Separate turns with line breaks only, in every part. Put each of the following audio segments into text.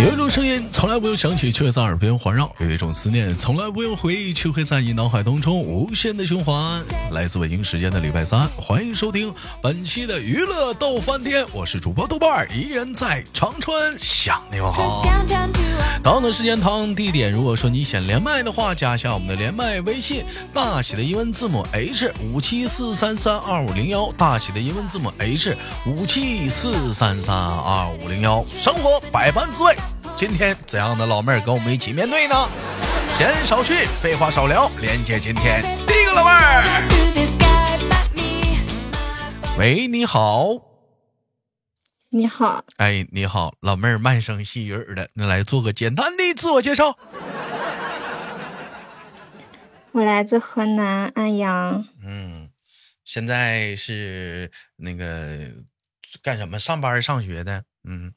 有一种声音从来不用响起，却在耳边环绕；有一种思念从来不用回忆，却会在你脑海当中无限的循环。来自北京时间的礼拜三，欢迎收听本期的娱乐逗翻天，我是主播豆瓣儿，依然在长春向你们好。同样的时间、同样地点，如果说你想连麦的话，加一下我们的连麦微信，大写的英文字母 H 五七四三三二五零幺，大写的英文字母 H 五七四三三二五零幺。生活百般滋味，今天怎样的老妹儿跟我们一起面对呢？闲言少叙，废话少聊，连接今天第一个老妹儿。喂，你好，
你好，
哎，你好，老妹儿慢声细语儿的，那来做个简单的自我介绍。
我来自河南安阳，
嗯，现在是那个干什么？上班儿上学的？嗯，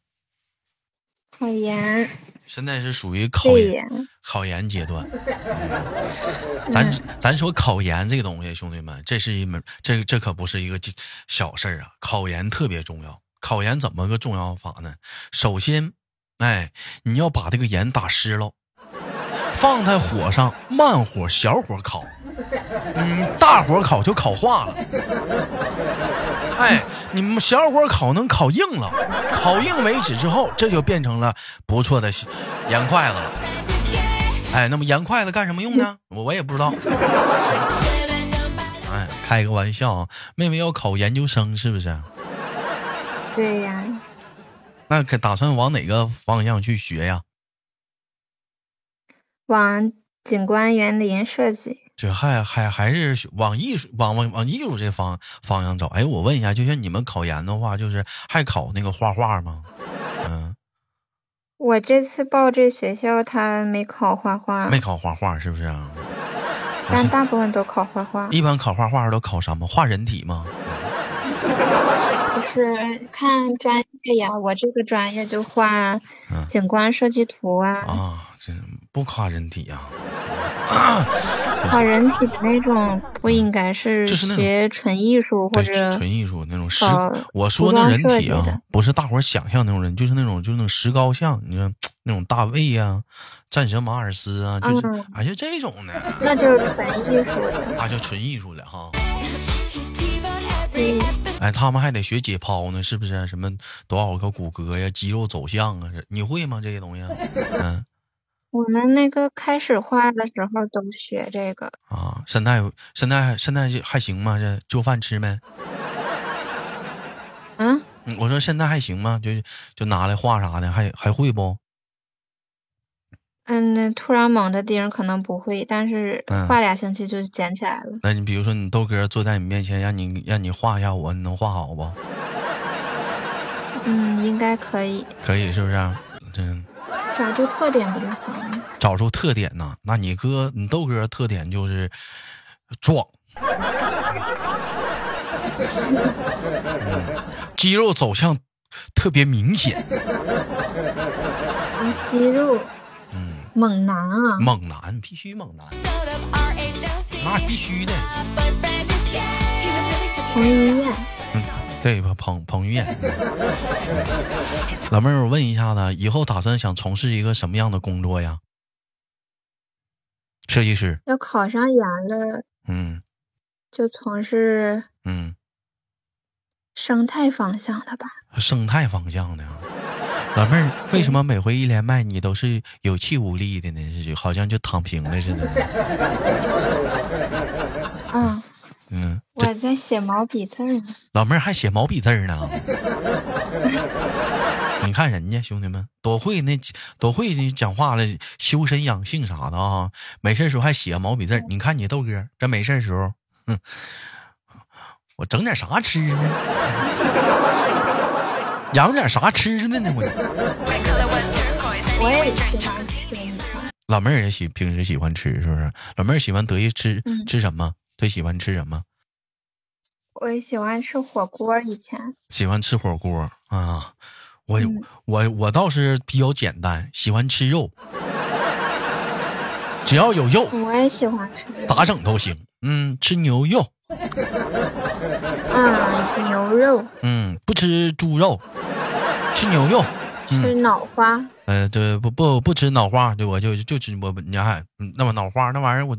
考研、
现在是属于考
肺
研
炎，
考研阶段。嗯咱咱说考研这个东西，兄弟们，这是一门这这可不是一个小小事儿啊！考研特别重要。考研怎么个重要法呢？首先，哎，你要把这个盐打湿喽，放在火上，慢火、小火烤。嗯，大火烤就烤化了。哎，你们小火烤能烤硬了，烤硬为止之后，这就变成了不错的盐筷子了。哎，那么盐筷子干什么用呢？我我也不知道。哎，开个玩笑啊，妹妹要考研究生是不是？
对呀，
那可打算往哪个方向去学呀？
往景观园林设计。
这还还还是往艺术往往往艺术这方方向走。哎，我问一下，就像你们考研的话，就是还考那个画画吗？嗯，
我这次报这学校，他没考画画
没，考画画是不是啊？
但大部分都考画画，
一般考画画都考什么？画人体吗？
就是看专业呀。我这个专业就画
嗯
景观设计图啊，
啊，这不夸人体啊呀、
考人体的那种不应该是
嗯就是那种
学纯艺术或
对，
者
纯艺术那种石
搞，
我
服
说那
装
人
设
体
计
啊
的，
不是大伙儿想象那种人，就是那种就是那种石膏像，你看那种大卫呀、战神马尔斯啊，就是、
嗯
啊就这种的，
那就是纯艺术的。
啊叫纯艺术的哈。
对，
哎，他们还得学解剖呢，是不是？什么多少个骨骼呀，肌肉走向啊，你会吗？这些东西？嗯
我们那个开始画的时候都学这个。
啊，现在现在现在还行吗？这就饭吃没？
嗯，
嗯我说现在还行吗？就就拿来画啥的，还还会不？
嗯，那突然猛的敌人可能不会，但是
嗯
画俩星期就捡起来了。
那你比如说，你豆哥坐在你面前，让你让你画一下我，你能画好不？
嗯，应该可以，
可以是不是？嗯，
找出特点不就行了？
找出特点呐。那你哥，你豆哥特点就是壮，嗯，肌肉走向特别明显，
嗯肌肉
嗯，
猛男啊，
猛男必须猛男，那必须的。
彭于晏，
嗯，对吧？彭彭于晏。老妹儿，我问一下子，以后打算想从事一个什么样的工作呀？设计师。
要考上研了，
嗯
就从事
嗯，
生态方向的吧。
生态方向的啊。老妹儿，为什么每回一连麦你都是有气无力的呢？是好像就躺平了似的呢。
啊，
嗯，
我在写毛笔字儿呢。
老妹儿还写毛笔字儿呢。你看人家兄弟们多会那多会讲话了，修身养性啥的啊。没事儿时候还写毛笔字儿。你看你豆哥，这没事儿时候，哼，我整点啥吃呢？ 养点啥吃的呢？我这。
我也喜欢吃一下
老妹儿也喜平时喜欢吃，是不是？老妹儿喜欢得意吃、
嗯
吃什么？最喜欢吃什么？
我也喜欢吃火锅儿，以前
喜欢吃火锅啊！我、
嗯
我我倒是比较简单，喜欢吃肉，只要有肉
我也喜欢吃。
咋整都行。嗯，吃牛肉，
啊，牛肉，
嗯，不吃猪肉，吃牛肉，
吃脑花，
呃，对，不不不吃脑花，对我就就吃我你看，嗯那么脑花那玩意儿，我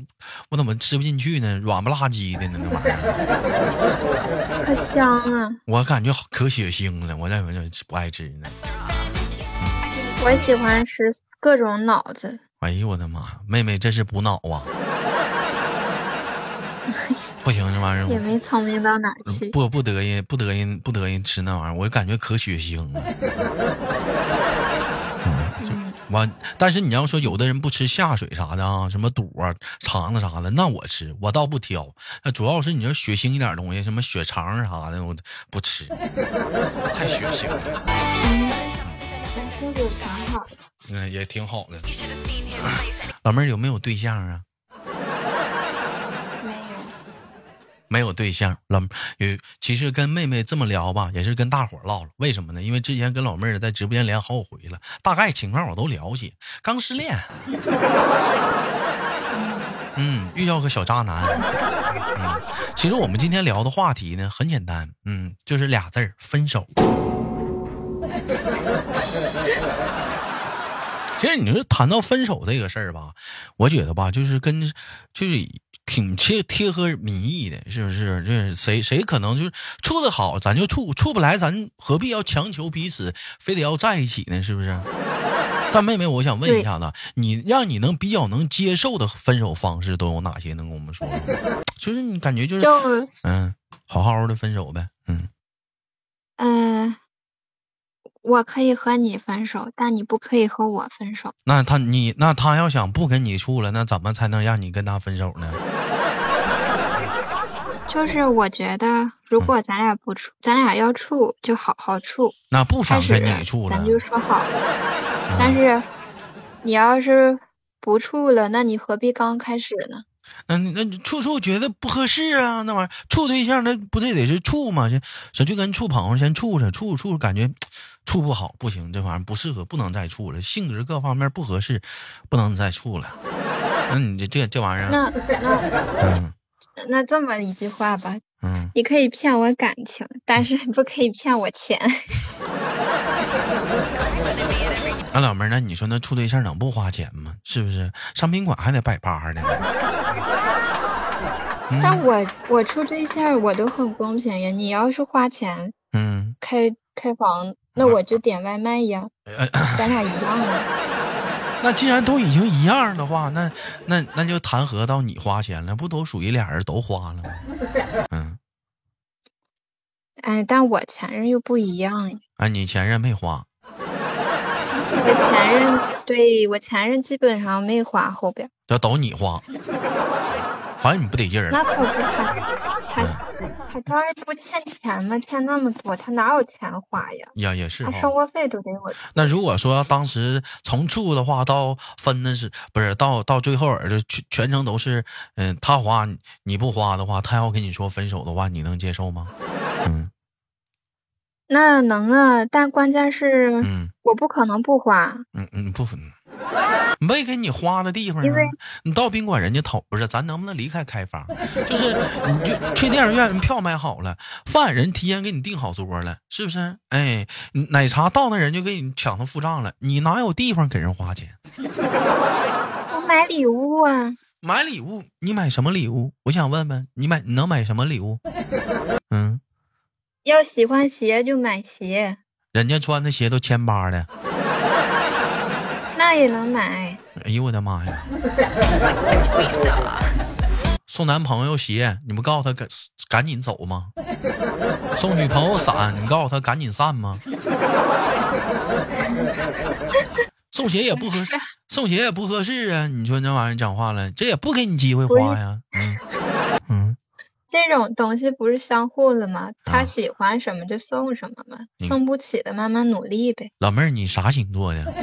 我怎么吃不进去呢？软不拉几的呢，那玩意儿，
可香啊！
我感觉好可血腥了，我再我就不爱吃呢。
我喜欢吃各种脑子，
哎呦我的妈，妹妹这是补脑啊！不行，这玩意儿
也
我
没聪明到哪儿去。
嗯不不得意，不得意，不得意吃那玩意儿，我感觉可血腥了。嗯，就完，但是你要说有的人不吃下水啥的啊，什么肚啊、肠子啥的，那我吃，我倒不挑。那主要是你要血腥一点东西，什么血肠啥的，我不吃，太血腥了。
清酒肠好，
嗯，也挺好的。 老妹儿有没有对象啊？
没有，
没有对象，老妹儿有。其实跟妹妹这么聊吧，也是跟大伙儿唠唠。为什么呢？因为之前跟老妹儿在直播间连好几回了，大概情况我都了解。刚失恋， 嗯，遇到个小渣男。嗯，其实我们今天聊的话题呢很简单，嗯，就是俩字儿：分手。其实你说谈到分手这个事儿吧，我觉得吧，就是跟就是挺贴贴合民意的，是不是？就是谁谁可能就是处的好，咱就处；处不来，咱何必要强求彼此，非得要在一起呢？是不是？但妹妹，我想问一下子，你让你能比较能接受的分手方式都有哪些？能跟我们说说吗？就是你感觉就是
就
嗯，好好的分手呗，嗯，
嗯、我可以和你分手，但你不可以和我分手。
那他你那他要想不跟你处了，那怎么才能让你跟他分手呢？
就是我觉得，如果咱俩不处，咱俩要处就好好处。
那不
开
想
始啊
跟你处了嗯
咱，就说好了。但是你要是不处了，那你何必刚开始呢？
那你那你处处觉得不合适啊，那玩意儿处对象那不这得是处吗？这这就跟处朋友先处着，处处感觉处不好，不行，这玩意儿不适合，不能再处了，性格各方面不合适，不能再处了。那你这这这玩意儿，
那那
嗯
那这么一句话吧，
嗯，
你可以骗我感情，但是不可以骗我钱。
那老妹儿，那你说那处对象能不花钱吗？是不是？上宾馆还得百八的呢。
但我我处对象我都很公平呀，你要是花钱
嗯，
开开房，那我就点外卖呀，
呃
咱俩一样啊。
那既然都已经一样的话，那那那就谈合到你花钱了，不都属于俩人都花了吗？嗯，
哎，但我前任又不一样呀，
啊，你前任没花，
我前任对我前任基本上没花后边，
这都你花，反正你不得劲儿。
那可不他
嗯
他他当然不欠钱嘛，欠那么多，他哪有钱花呀？
呀，也是哦
他
哈
生。活费都得我出，
那如果说当时从处的话到分的是不是到到最后儿就全全程都是嗯、他花你你不花的话，他要跟你说分手的话，你能接受吗？嗯
那能啊，但关键是
嗯
我不可能不花。
嗯嗯，不分。没给你花的地方
因
啊
为！
你到宾馆人家讨不是，咱能不能离开开房？就是你就去电影院，人票买好了，饭人提前给你订好桌了，是不是？哎，奶茶到那人就给你抢着付账了，你哪有地方给人花钱？
我买礼物啊，
买礼物，你买什么礼物？我想问问，你买你能买什么礼物？嗯，
要喜欢鞋就买鞋，
人家穿的鞋都千八的，
那也能买。
哎呦我的妈呀！送男朋友鞋，你不告诉他赶赶紧走吗？送女朋友伞，你告诉他赶紧散吗？送鞋也不合适，送鞋也不合适啊！你说这玩意儿讲话了，这也不给你机会花呀。嗯嗯，
这种东西不是相互的吗？
啊
他喜欢什么就送什么嘛，
嗯
送不起的慢慢努力呗。
老妹儿，你啥星座的？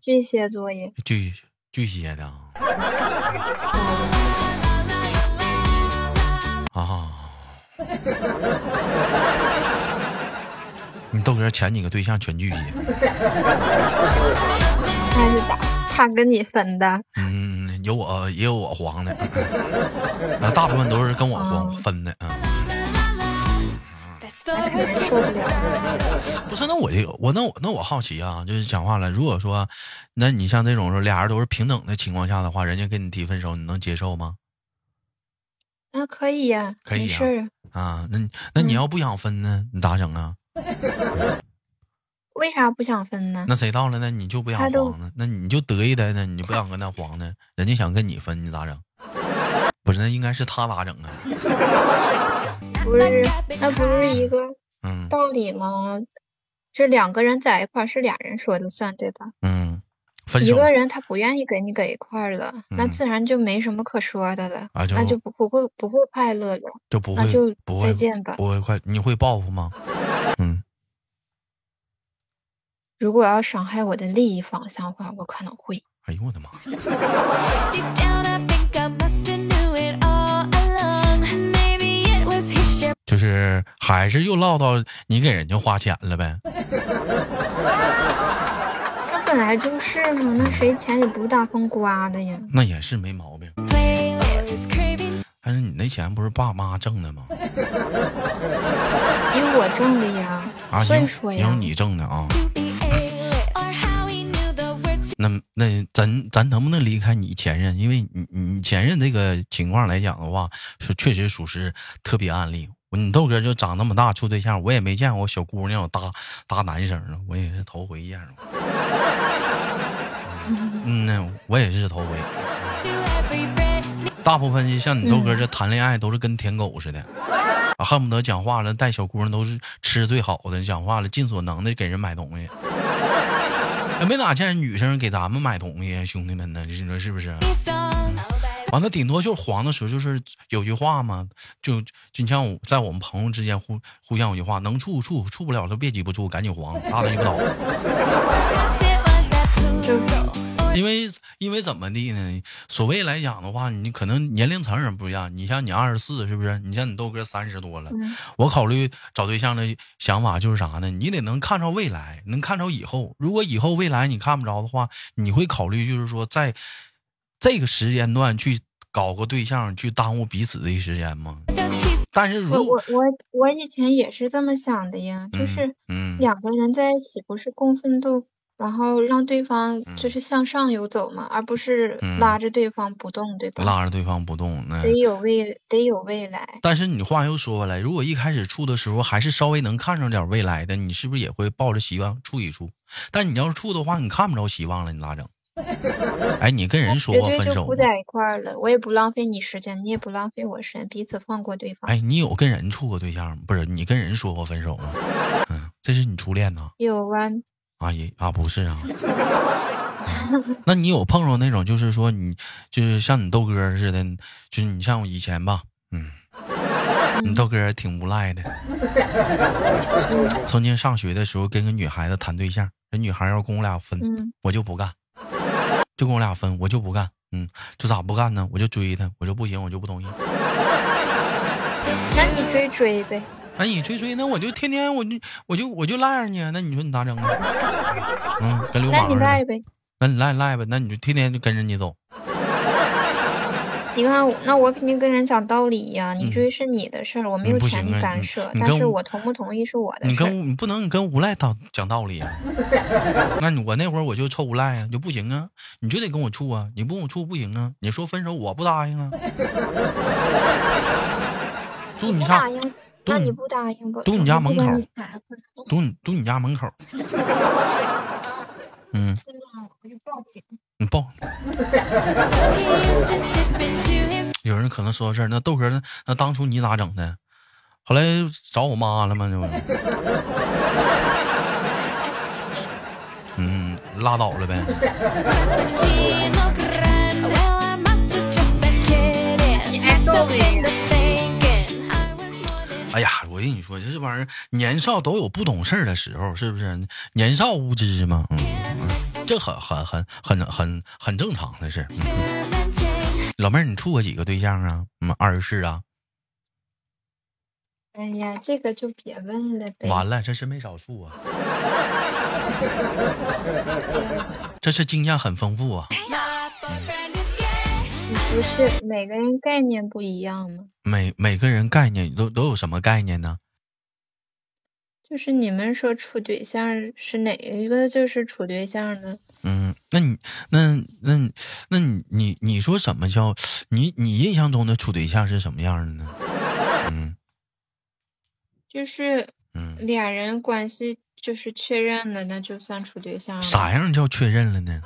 巨蟹座也
巨巨蟹的啊。啊！你豆哥前几个对象全巨蟹，
那是咋？他跟你分的，
嗯，有我也有我黄的，啊，大部分都是跟我黄
哦
分的啊。
Best
那肯定受不了。
不是，那我就我那我那我好奇啊，就是讲话了。如果说，那你像这种说俩人都是平等的情况下的话，人家跟你提分手，你能接受吗？
那可以呀、
可以
没
呀
事儿。
啊，那你那你
嗯
要不想分呢，你咋整啊？
为啥不想分呢？
那谁到了呢？你就不想
他都
黄呢？那你就得意的呢？你就不想跟他黄呢？人家想跟你分，你咋整？不是，那应该是他咋整啊？
不是，那不是一个
嗯
道理吗？这两个人在一块儿是俩人说了算，对吧？
嗯，分
一
手
个人他不愿意给你搁一块儿了，那
嗯
自然就没什么可说的了，
啊就
那就不不会不会快乐了，
就不
那
会
啊就
不
再
会
见吧。
不会快，你会报复吗？嗯，
如果要伤害我的另一方向的话，我可能会。
哎呦我的妈！就是还是又落到你给人家花钱了呗。
那本来就是嘛，那谁钱也不是大风刮的呀。
那也是没毛病。但是你那钱不是爸妈挣的吗？
因为我挣的呀，
啊，
所以
行，
说呀
有，你挣的啊。那那咱咱能不能离开你前任？因为你你你前任这个情况来讲的话，是确实属实特别案例。我你豆哥就长那么大处对象，我也没见过小姑娘有搭搭男生啊，我也是头回见着。 嗯呢，我也是头回。大部分像你豆哥这谈恋爱都是跟舔狗似的，啊恨不得讲话了带小姑娘都是吃最好的，讲话了尽所能的给人买东西。也没哪见女生给咱们买东西，啊兄弟们呢，你说是不是？完了，顶多就是黄的时候，就是有句话嘛，就就像我在我们朋友之间互互相有句话，能处处处不了就别鸡巴处，赶紧黄，拉倒鸡巴倒。因为因为怎么地呢？所谓来讲的话，你可能年龄层也不一样。你像你二十四，是不是？你像你豆哥三十多了。
嗯
我考虑找对象的想法就是啥呢？你得能看着未来，能看着以后。如果以后未来你看不着的话，你会考虑就是说，在这个时间段去搞个对象，去耽误彼此的时间吗？但是
我
如
我我我以前也是这么想的呀，就是
嗯嗯
两个人在一起不是共奋斗，然后让对方
嗯
就是向上游走嘛，而不是
嗯
拉着对方不动，对吧？
拉着对方不动，那
得有未得有未来，
但是你话又说回来，如果一开始处的时候还是稍微能看上点未来的，你是不是也会抱着希望处一处？但你要是处的话，你看不着希望了，你咋整？哎，你跟人说
绝
过
对
分
就
手
不
吗？
在一块儿了。我也不浪费你时间，你也不浪费我时间，彼此放过对方。
哎，你有跟人处过对象吗？不是，你跟人说过分手吗？嗯，这是你初恋呐，
有啊，
阿姨啊，不是啊。那你有碰着那种就是说你就是像你豆哥似的，就是你像我以前吧，嗯，
嗯
你豆哥挺无赖的。曾经上学的时候跟个女孩子谈对象，人女孩要跟我俩分，
嗯
我就不干，就跟我俩分，我就不干。嗯，就咋不干呢？我就追她，我就不行，我就不同意。
那你追追呗，
那、你追追，那我就天天我就我就我就赖着你，那你说你咋整啊？嗯，跟流
那
氓
你
似的
赖。呗。
那你赖赖呗，那你就天天就跟着你走。
你看我，那我肯定跟人讲道理呀。
嗯
你追是你的事儿，我没
嗯
有
不
权
行
利
啊
干
你
涉，
你
但
跟
是
我
我同不同意是我的
你
事儿。
跟你不能跟无赖道讲道 理啊。那你我那会儿我就臭无赖啊，就不行啊，你就得跟我处啊，你不跟我处不行啊，你说分手我不答 应啊。堵你
不
家
答，应，
堵
那
你
你不答应我，
堵你
我
家
就不
门
跟
口
你孩子说
堵你堵你家门口。嗯，
了，我就报警。
你报。有人可能说事儿，那豆哥那那当初你咋整的？后来找我妈了吗？这不是，嗯，拉倒了呗。哎呀，我跟你说，这玩意儿，年少都有不懂事儿的时候，是不是？年少无知嘛，嗯，嗯这很很很很很很正常的事儿。嗯老妹儿，你处过几个对象啊？嗯，二十啊，
哎呀，这个就别问了呗。
完了，这是没少处啊，
了，
这是经验很丰富啊。
不是每个人概念不一样吗？
每每个人概念都都有什么概念呢？
就是你们说处对象是哪一个就是处对象呢？
嗯，那你那那你那你你你说什么叫你你印象中的处对象是什么样的呢？嗯
就是
嗯，
俩人关系就是确认了，那就算处对象了。
啥样叫确认了呢？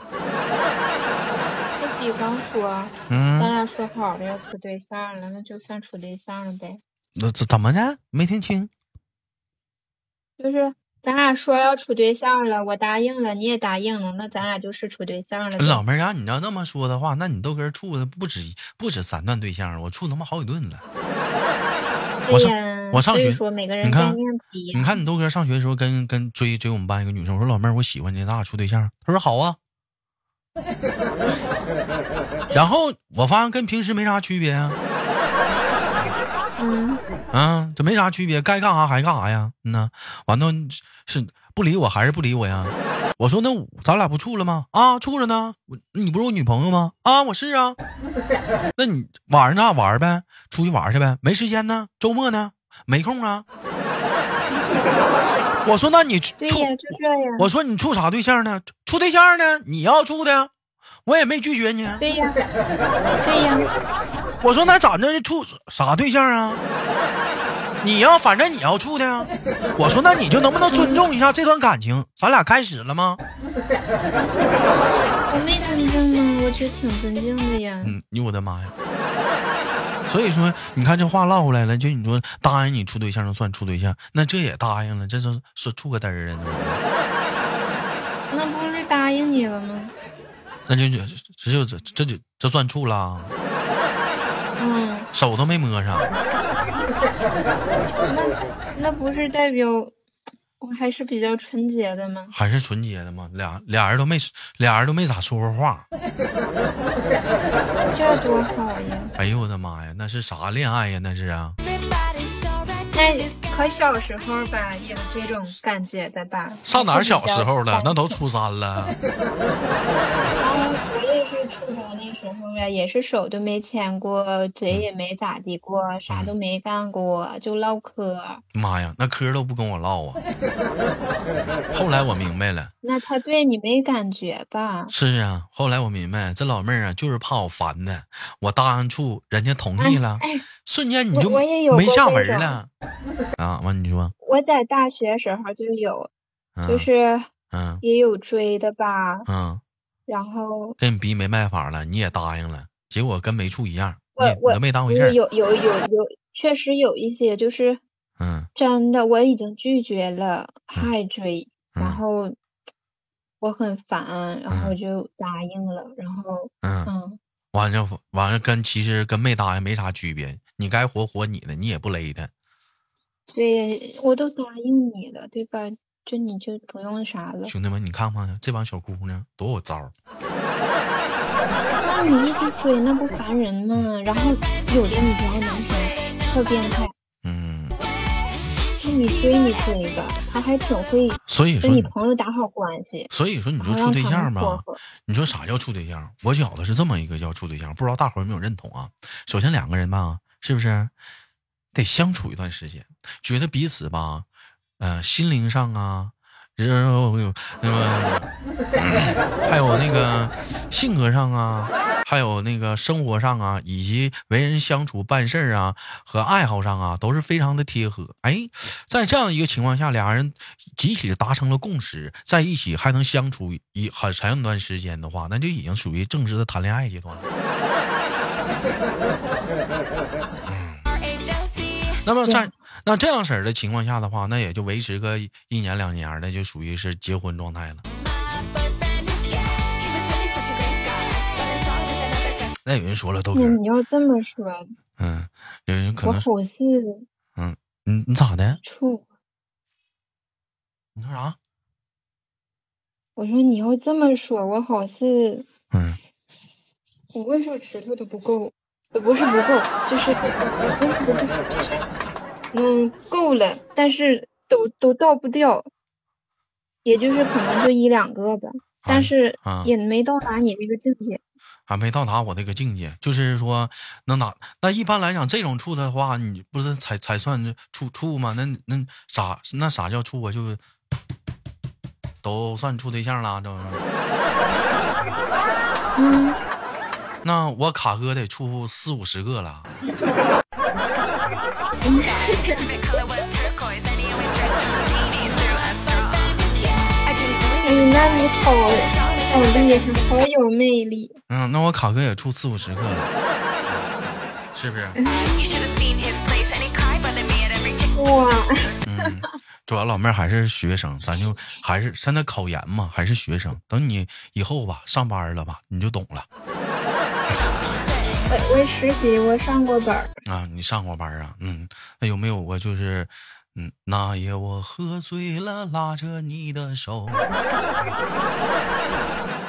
就比方说，咱
嗯，
俩说好了要处对象了，那就算处对象了呗。
那嗯怎怎么的？没听清。
就是咱俩说要处对象了，我答应了，你也答应了，那咱俩就是处对象了呗。
老妹儿啊，你要那么说的话，那你豆哥处的不止不止三段对象，我处他妈好几顿了。我
对
上
呀，
我上
所以
学
说每个
你
人
看嗯
观念不一
你
样。
看你豆哥上学的时候跟跟追追我们班一个女生，我说老妹儿，我喜欢你，咱俩处对象。她说好 啊。然后我发现跟平时没啥区别啊，
嗯，
啊，这没啥区别，该干啥还干啥呀？嗯呐，完了是不理我还是不理我呀？我说那咱俩不处了吗？啊，处了呢。我你不是我女朋友吗？啊，我是啊。那你晚上咱俩玩呗，出去玩去呗。没时间呢，周末呢，没空啊。我说那你处
对呀，就这样。
我说你处啥对象呢？处对象呢？你要处的，我也没拒绝你。
对呀，对呀，
我说那咋的？处啥对象啊？你要反正你要处的呀。我说那你就能不能尊重一下这段感情？咱俩开始了吗？
我没尊重啊，我觉得挺尊敬的呀。
嗯，你我的妈呀！所以说，你看这话唠回来了，就你说答应你处对象就算处对象，那这也答应了，这是是处个嘚儿啊？
那不是答应你了吗？
那就这这就这这就这算处了，
嗯，
手都没摸上。
那那不是代表我还是比较纯洁的吗？
还是纯洁的嘛，俩俩人都没俩人都没咋说过话。
这多好呀！
哎呦我的妈呀，那是啥恋爱呀？那是啊，
那可小时候吧，也有这种感觉的吧？
上哪儿小时候了？那
都。
都初三了。
啊我也是初中那时候呀，也是手都没牵过，嘴也没咋地过，啥都没干过，就唠嗑。
妈呀，那嗑都不跟我唠啊。后来我明白了，
那他对你没感觉吧？
是啊，后来我明白这老妹儿啊，就是怕我烦她。我答应处，人家同意了，
哎，
瞬间你
我
就
我也有过
没下
这
文
种
了。啊，完你说，
我在大学时候就有，
嗯、
就是
嗯
也有追的吧，
嗯，
然后
跟你逼没办法了，你也答应了，结果跟没处一样，你
我
也你
我
都没当
不
回事儿
是。有有有有，确实有一些就是
嗯
真的我已经拒绝了，还追，然
嗯
后我很烦，然后
嗯
就答应了，然后
嗯。
嗯。
完了，完了，跟其实跟没答应没啥区别。你该活活你的，你也不勒他。
对，我都答应你了，对吧？就你就不用啥了。
兄弟们，你看看这帮小姑娘多有招儿
那你一直追，那不烦人吗？然后有的你知道男生特变态，
嗯，
是你追你追的，他还挺会
所以说
哎跟你
你，
哎朋友打好关系，
所以说你
然
说
后
处
让
对
他们
象
撮
吧，
合。
你说啥叫处对象？我觉得是这么一个叫处对象，不知道大伙儿有没有认同啊？首先两个人吧，是不是得相处一段时间，觉得彼此吧，呃，心灵上啊，然后有那么、还有那个性格上啊，还有那个生活上啊，以及为人相处、办事儿啊和爱好上啊，都是非常的贴合。哎，在这样一个情况下，俩人集体达成了共识，在一起还能相处一很长一段时间的话，那就已经属于正式的谈恋爱阶段了。那么在那这样式儿的情况下的话，那也就维持个一一年两年儿的，就属于是结婚状态了。那有人说了，豆哥
那，你要这么说，
嗯，有人可
我
能说，
好似
嗯，你咋的？
处，
你说啥？
我说你要这么说，我好似
嗯，
我为什么指头都不够？呃，不是不够，就是不是不够，就是嗯够了，但是都都倒不掉，也就是可能就一两个吧，
哎
但是
啊
也没到达你那个境界。
还啊没到达我这个境界，就是说能哪？那一般来讲，这种处的话，你不是才才算处处吗？那那啥那啥叫处啊？就是都算处对象啦，这玩意儿。
嗯，
那我卡哥得处四五十个了。
哎，那你好好厉害，好有魅力。
嗯，那我卡哥也处四五十个了，是不是？
哇，
嗯，主要老妹儿还是学生，咱就还是现在考研嘛，还是学生。等你以后吧，上班了吧，你就懂了
我我实习，我上过班儿，
啊。你上过班啊？嗯，那有没有过就是，嗯，那夜我喝醉了，拉着你的手，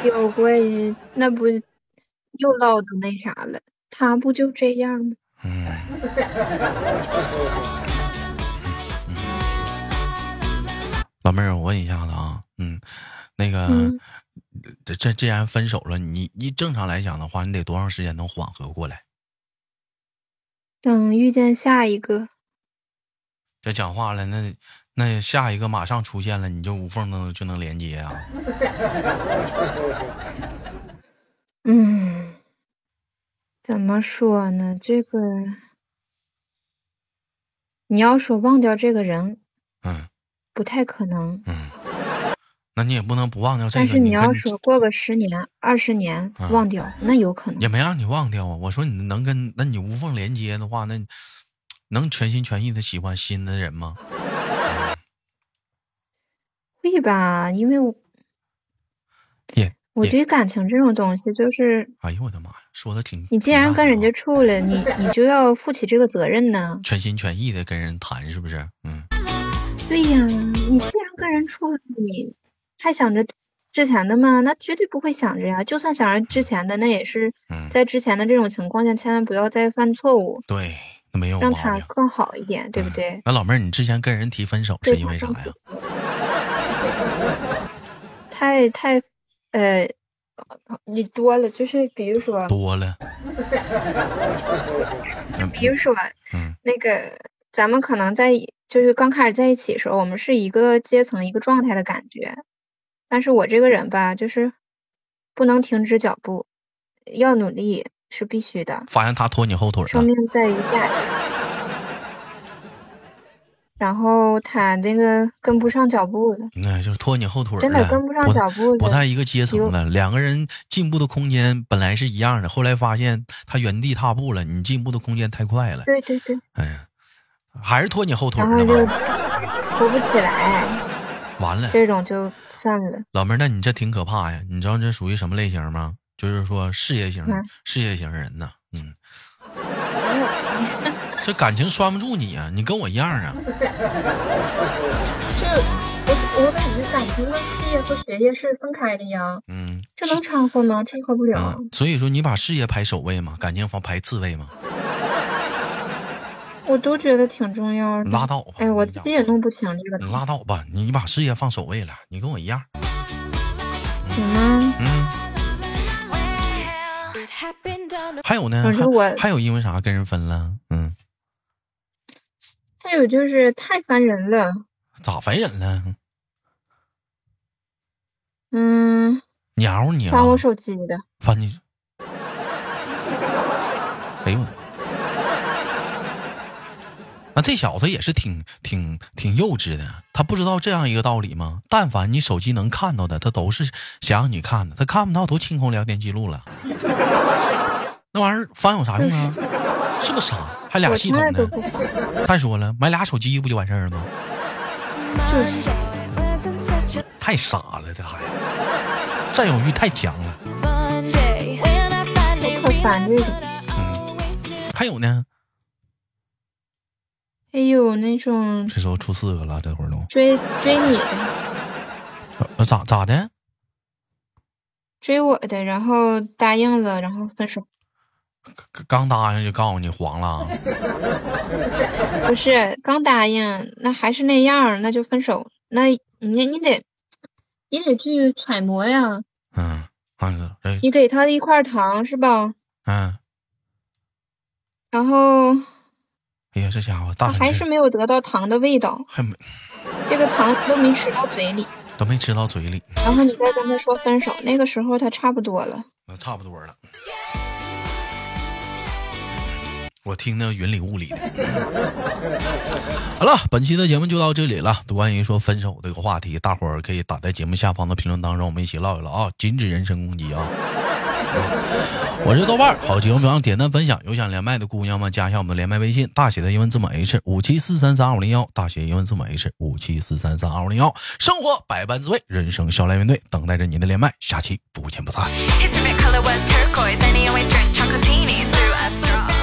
有过一，那不又唠叨那啥了？他不就这样吗？
嗯， 老妹儿，我问一下子啊，嗯，那个，
嗯
这这既然分手了，你你正常来讲的话，你得多长时间能缓和过来？
等遇见下一个，
这讲话了，那那下一个马上出现了，你就无缝的就能连接啊？
嗯，怎么说呢？这个你要说忘掉这个人，
嗯
不太可能。
嗯，那你也不能不忘掉这个。
但是你要
跟
说过个十年、二十年
啊
忘掉，那有可能
也。没让你忘掉啊。我说你能跟，那你无缝连接的话，那你能全心全意的喜欢新的人吗？
会吧？因为我
也
我
也
对感情这种东西，就是
哎呦我的妈呀，说的啊挺
你既然跟人家
挺
处了，你你就要负起这个责任呢。
全心全意的跟人谈，是不是？嗯，
对呀，你既然跟人处了，你还想着之前的吗？那绝对不会想着呀。就算想着之前的，那也是
嗯
在之前的这种情况下，千万不要再犯错误，
对，那没有毛
让他
病，啊
更好一点，对不
嗯
对？
那老妹儿，你之前跟人提分手
对
是因为啥呀？？
太太，呃，你多了，就是比如说，
多 了，
比如说，
嗯
那个咱们可能在一就是刚开始在一起的时候，我们是一个阶层一个状态的感觉，但是我这个人吧，就是不能停止脚步，要努力是必须的，
发现他拖你后腿
生
了，
命在于价值。然后他那个跟不上脚步了，
那嗯就是拖你后腿了，
真的跟不上脚步了，
不在一个阶层
有
了，两个人进步的空间本来是一样的，后来发现他原地踏步了，你进步的空间太快了，
对对对，
哎呀，还是拖你后腿
然
了
后就
吗？
活不起来，
完了，
这种就算了。
老妹儿，那你这挺可怕呀！你知道这属于什么类型吗？就是说事业型、
嗯
事业型人呐， 嗯，这感情拴不住你啊，你跟我一样啊，
这我我感觉感情和事业和学业是分开的呀，
嗯，
这能掺和吗？掺和不了。
嗯，所以说你把事业排首位嘛，感情房排次位嘛，
我都觉得挺重要的。
拉倒吧
哎，我
你
自
呀
己也弄不清这个
你
东西。
拉倒吧，你把事业放首位了，你跟我一样，
你呢？
嗯， 还有呢，
可是
还
我
还有因为啥跟人分了？嗯，
还有就是太烦人了。
咋烦人了？
嗯，
鸟你啊
翻，我手机的，
烦你！哎呦我的妈！那这小子也是挺挺挺幼稚的，啊他不知道这样一个道理吗？但凡你手机能看到的，他都是想让你看的，他看不到都清空聊天记录了。那玩意儿翻有啥用 啊？是不是傻？还俩
我
系
从
统
来都
呢？
不看。
再说了，买俩手机不就完事儿了吗？太傻了，这孩子占有欲太强了。还有呢，
还有哎那种
这时候出四个了，这会儿都
追追你的、
呃咋咋的？
追我的，然后答应了，然后分手。
刚刚答应就告诉你黄 了，啊
不是刚答应，那还是那样儿，那就分手。那你你得你得去揣摩呀。
嗯，嗯，哎，
你给他一块糖是吧？
嗯，
然后
哎呀，这家伙大
他
神
还
吃
是没有得到糖的味道，
还没
这个糖都没吃到嘴里。
都没吃到嘴里，
然后你再跟他说分手，那个时候他差不多了。
那差不多了。我听得云里雾里的。好了，本期的节目就到这里了。关于说分手这个话题，大伙儿可以打在节目下方的评论当中，我们一起唠一唠啊，禁止人身攻击啊。我是豆瓣儿，好节目不要忘点赞分享。有想连麦的姑娘们，加一下我们的连麦微信，大写的英文字母 H 五七四三三二五零幺，大写英文字母 H 五七四三三二五零幺。生活百般滋味，人生笑来面对，等待着您的连麦。下期不见不散。
His favorite color was turquoise, and he always drank chocolatinis through a straw.